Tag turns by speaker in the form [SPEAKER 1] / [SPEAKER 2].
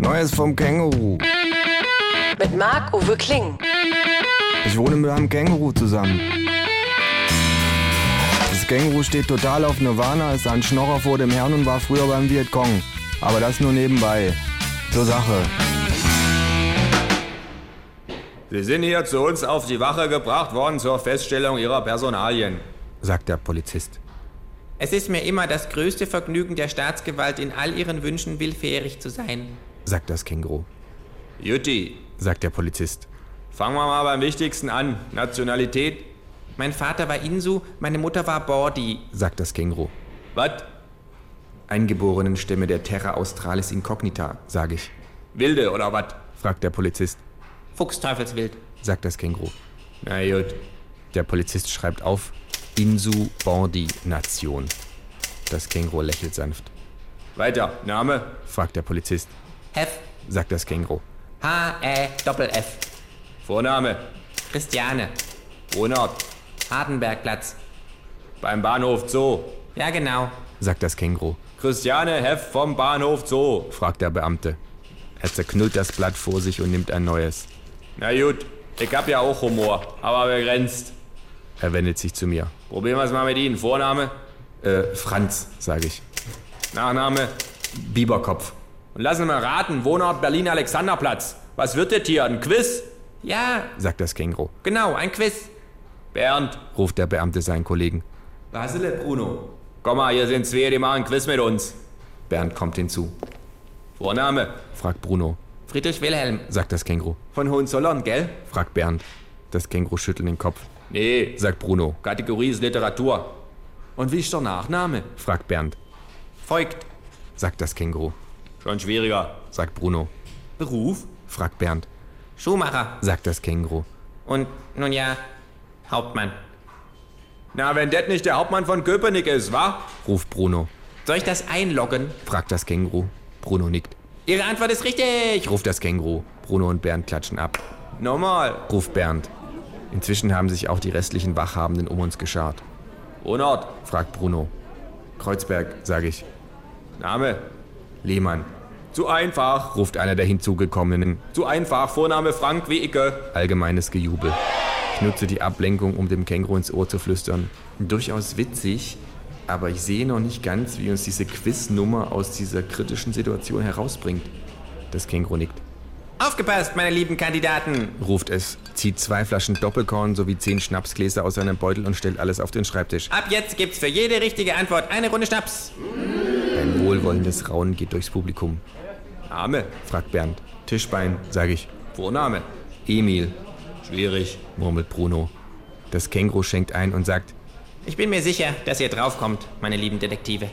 [SPEAKER 1] Neues vom Känguru.
[SPEAKER 2] Mit Marc-Uwe Kling.
[SPEAKER 1] Ich wohne mit einem Känguru zusammen. Das Känguru steht total auf Nirvana, ist ein Schnorrer vor dem Herrn und war früher beim Vietcong. Aber das nur nebenbei. Zur Sache.
[SPEAKER 3] Sie sind hier zu uns auf die Wache gebracht worden zur Feststellung Ihrer Personalien, sagt der Polizist.
[SPEAKER 4] Es ist mir immer das größte Vergnügen der Staatsgewalt, in all ihren Wünschen willfährig zu sein.
[SPEAKER 3] sagt das Känguru. Jutti, sagt der Polizist. Fangen wir mal beim Wichtigsten an. Nationalität,
[SPEAKER 4] Mein Vater war Insu, meine Mutter war Bordi.
[SPEAKER 3] sagt das Känguru. Was? Eingeborenenstimme der Terra Australis Incognita, sage ich. Wilde oder was? fragt der Polizist,
[SPEAKER 4] Fuchsteufelswild.
[SPEAKER 3] sagt das Känguru. Na gut. Der Polizist schreibt auf Insu Bondi Nation. Das Känguru lächelt sanft. Weiter, Name? fragt der Polizist,
[SPEAKER 4] F.
[SPEAKER 3] sagt das Känguru.
[SPEAKER 4] H. Ä. Doppel F.
[SPEAKER 3] Vorname,
[SPEAKER 4] Christiane.
[SPEAKER 3] Wohnort,
[SPEAKER 4] Hardenbergplatz.
[SPEAKER 3] beim Bahnhof Zoo,
[SPEAKER 4] Ja, genau.
[SPEAKER 3] sagt das Känguru. Christiane Heff vom Bahnhof Zoo, fragt der Beamte. Er zerknüllt das Blatt vor sich und nimmt ein neues. Na gut, ich hab ja auch Humor, aber begrenzt. Er wendet sich zu mir. Probieren wir es mal mit Ihnen. Vorname? Äh, Franz, sage ich. Nachname? Biberkopf. Und lassen Sie mal raten, Wohnort Berlin-Alexanderplatz. Was wird das hier, ein Quiz?
[SPEAKER 4] Ja,
[SPEAKER 3] sagt das Känguru.
[SPEAKER 4] genau, ein Quiz.
[SPEAKER 3] Bernd, ruft der Beamte seinen Kollegen.
[SPEAKER 4] Basile Bruno.
[SPEAKER 3] Komm mal, hier sind zwei, die machen Quiz mit uns. Bernd kommt hinzu. Vorname? fragt Bruno.
[SPEAKER 4] Friedrich Wilhelm.
[SPEAKER 3] Sagt das Känguru.
[SPEAKER 4] Von Hohenzollern, gell?
[SPEAKER 3] fragt Bernd. Das Känguru schüttelt den Kopf. Nee, sagt Bruno. Kategorie ist Literatur.
[SPEAKER 4] Und wie ist der Nachname?
[SPEAKER 3] fragt Bernd.
[SPEAKER 4] Folgt.
[SPEAKER 3] Sagt das Känguru. Schon schwieriger, sagt Bruno.
[SPEAKER 4] Beruf?
[SPEAKER 3] fragt Bernd.
[SPEAKER 4] Schuhmacher.
[SPEAKER 3] Sagt das Känguru.
[SPEAKER 4] Und nun ja, Hauptmann.
[SPEAKER 3] Na, wenn det nicht der Hauptmann von Köpenick ist, wa? ruft Bruno.
[SPEAKER 4] Soll ich das einloggen?
[SPEAKER 3] fragt das Känguru. Bruno nickt.
[SPEAKER 4] Ihre Antwort ist richtig.
[SPEAKER 3] ruft das Känguru. Bruno und Bernd klatschen ab. Nochmal, ruft Bernd. Inzwischen haben sich auch die restlichen Wachhabenden um uns geschart. Wohnort, fragt Bruno. Kreuzberg, sage ich. Name? Lehmann. Zu einfach, ruft einer der hinzugekommenen. Zu einfach, Vorname Frank wie Icke. Allgemeines Gejubel. Ich nutze die Ablenkung, um dem Känguru ins Ohr zu flüstern. Durchaus witzig, aber ich sehe noch nicht ganz, wie uns diese Quiznummer aus dieser kritischen Situation herausbringt. Das Känguru nickt
[SPEAKER 4] Aufgepasst, meine lieben Kandidaten.
[SPEAKER 3] ruft es, zieht zwei Flaschen Doppelkorn sowie zehn Schnapsgläser aus seinem Beutel und stellt alles auf den Schreibtisch.
[SPEAKER 4] Ab jetzt gibt's für jede richtige Antwort eine Runde Schnaps.
[SPEAKER 3] Ein wohlwollendes Raunen geht durchs Publikum. Name? fragt Bernd. Tischbein, sage ich. Vorname? Emil. Schwierig, murmelt Bruno. Das Känguru schenkt ein und sagt,
[SPEAKER 4] Ich bin mir sicher, dass ihr draufkommt, meine lieben Detektive.